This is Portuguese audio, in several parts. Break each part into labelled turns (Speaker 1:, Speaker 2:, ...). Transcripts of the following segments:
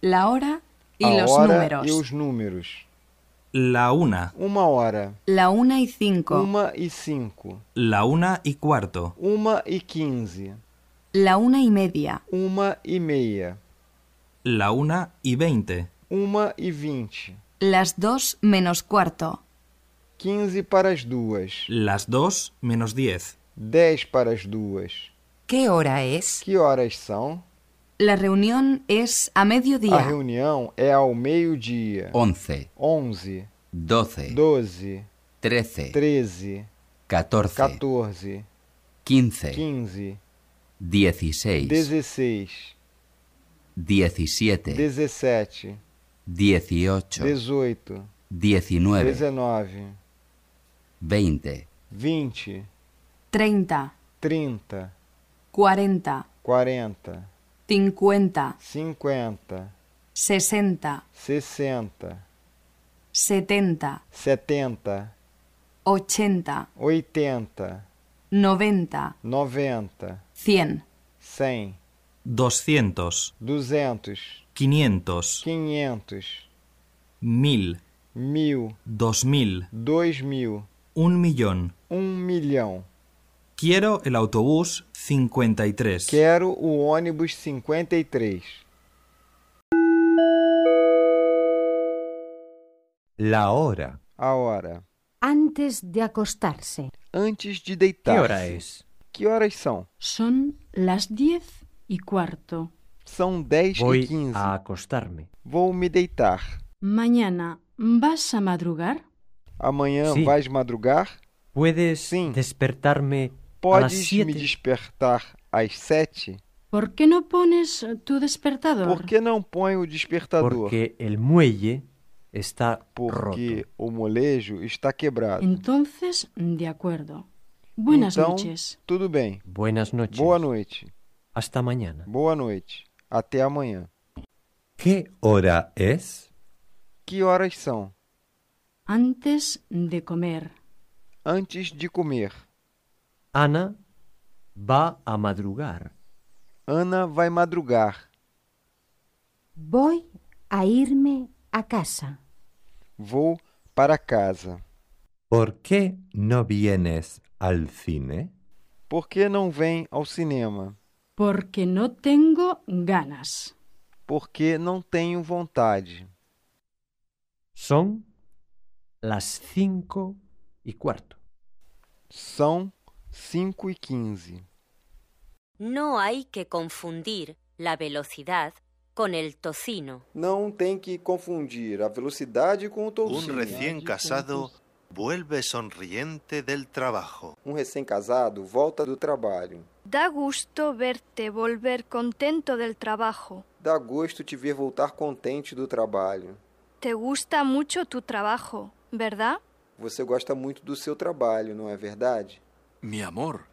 Speaker 1: la hora y
Speaker 2: a
Speaker 1: los
Speaker 2: hora
Speaker 1: números.
Speaker 2: e os números.
Speaker 3: La una,
Speaker 2: Uma hora,
Speaker 1: La una y cinco,
Speaker 2: uma e cinco,
Speaker 3: la una y cuarto,
Speaker 2: uma e quince,
Speaker 1: la una y media,
Speaker 2: uma e meia,
Speaker 3: la una y veinte,
Speaker 2: uma e vinte,
Speaker 1: las dos menos cuarto,
Speaker 2: quinze para as duas,
Speaker 3: las dos menos diez,
Speaker 2: dez para as duas.
Speaker 4: ¿Qué hora es?
Speaker 2: Que horas são?
Speaker 1: la reunión es a
Speaker 2: A
Speaker 1: mediodía,
Speaker 2: reunião é ao meio-dia.
Speaker 5: 11,
Speaker 2: 11,
Speaker 5: 12,
Speaker 2: 12,
Speaker 5: 13,
Speaker 2: 13,
Speaker 5: 14,
Speaker 2: 14,
Speaker 5: 15,
Speaker 2: 15,
Speaker 5: 16,
Speaker 2: 16,
Speaker 5: 17,
Speaker 2: 17,
Speaker 5: 18,
Speaker 2: 18,
Speaker 5: 19,
Speaker 2: 19,
Speaker 5: 20,
Speaker 2: 20,
Speaker 1: treinta,
Speaker 2: 30,
Speaker 1: cuarenta,
Speaker 2: 40,
Speaker 1: cincuenta,
Speaker 2: 50,
Speaker 1: sesenta,
Speaker 2: 60,
Speaker 1: setenta,
Speaker 2: 70,
Speaker 1: ochenta,
Speaker 2: 80,
Speaker 1: noventa,
Speaker 2: 90,
Speaker 1: cien,
Speaker 2: 100,
Speaker 3: doscientos,
Speaker 2: 200,
Speaker 3: quinientos,
Speaker 2: 500,
Speaker 3: mil,
Speaker 2: 1000,
Speaker 3: dos mil,
Speaker 2: 2000,
Speaker 3: un millón.
Speaker 2: 1 milhão.
Speaker 3: Quiero el autobús 53.
Speaker 2: Quero o ônibus 53.
Speaker 6: La hora.
Speaker 2: A hora.
Speaker 7: Antes de acostarse.
Speaker 2: Antes de deitar.
Speaker 8: ¿Qué hora é es?
Speaker 2: Que horas são?
Speaker 9: Son las diez y cuarto.
Speaker 2: São 10 e
Speaker 8: Voy
Speaker 2: 15.
Speaker 8: a acostarme.
Speaker 2: Vou me deitar.
Speaker 9: Mañana, ¿vas a madrugar?
Speaker 2: Amanhã
Speaker 8: Sim.
Speaker 2: vais madrugar?
Speaker 8: ¿Puedes
Speaker 2: Sí.
Speaker 8: despertarme a las
Speaker 2: Podes me
Speaker 8: 7?
Speaker 2: despertar às 7?
Speaker 9: ¿Por qué no pones eh, tu despertador?
Speaker 2: Por que não põe o despertador?
Speaker 8: Porque el muelle está
Speaker 2: Porque
Speaker 8: roto.
Speaker 2: o molejo está quebrado.
Speaker 9: Entonces, de acuerdo. Buenas
Speaker 2: então,
Speaker 9: noches.
Speaker 2: tudo bem.
Speaker 8: Buenas noches.
Speaker 2: Boa noite.
Speaker 8: Hasta mañana.
Speaker 2: Boa noite. Até amanhã.
Speaker 6: ¿Qué hora es?
Speaker 2: Que horas são?
Speaker 9: Antes de comer.
Speaker 2: Antes de comer.
Speaker 8: Ana va a madrugar.
Speaker 2: Ana vai madrugar.
Speaker 7: Voy a irme a casa.
Speaker 2: Vou para casa.
Speaker 6: ¿Por qué no vienes al cine?
Speaker 2: Por que não vem ao cinema?
Speaker 9: Porque no tengo ganas.
Speaker 2: Porque não tenho vontade.
Speaker 8: Son las cinco y cuarto.
Speaker 2: São 5 e 15.
Speaker 10: No hay que confundir la velocidad con el tocino.
Speaker 2: Não tem que confundir a velocidade com o
Speaker 11: Un recién casado vuelve sonriente del trabajo.
Speaker 2: Um recém-casado volta do trabalho.
Speaker 12: Da gusto verte volver contento del trabajo.
Speaker 2: Dá gosto te ver voltar contente do trabalho.
Speaker 12: Te gusta mucho tu trabajo, ¿verdad?
Speaker 2: Você gosta muito do seu trabalho, não é verdade?
Speaker 11: Mi amor,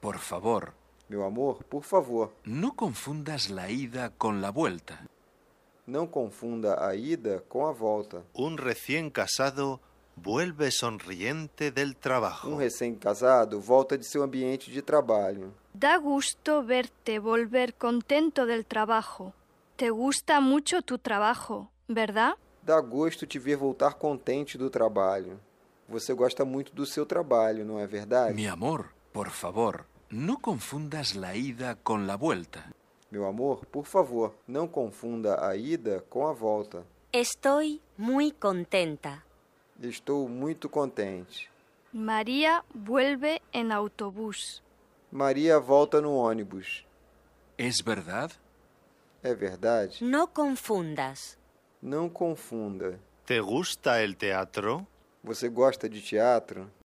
Speaker 11: por favor,
Speaker 2: Meu amor, por favor,
Speaker 11: no confundas la ida con la vuelta.
Speaker 2: não confunda a ida com a volta.
Speaker 11: Un recién casado vuelve sonriente del trabajo.
Speaker 2: Um recém-casado volta de seu ambiente de trabalho.
Speaker 12: Da gusto verte volver contento del trabajo. Te gusta mucho tu trabajo, ¿verdad?
Speaker 2: Dá gosto te ver voltar contente do trabalho. Você gosta muito do seu trabalho, não é verdade?
Speaker 11: Mi amor, por favor, no confundas la ida con la vuelta.
Speaker 2: Meu amor, por favor, não confunda a ida com a volta.
Speaker 10: Estoy muy contenta.
Speaker 2: Estou muito contente.
Speaker 12: María vuelve en autobús.
Speaker 2: Maria volta no ônibus.
Speaker 11: ¿Es verdad?
Speaker 2: É verdade?
Speaker 10: No confundas.
Speaker 2: Não confunda.
Speaker 11: ¿Te gusta el teatro?
Speaker 2: Você gosta de teatro?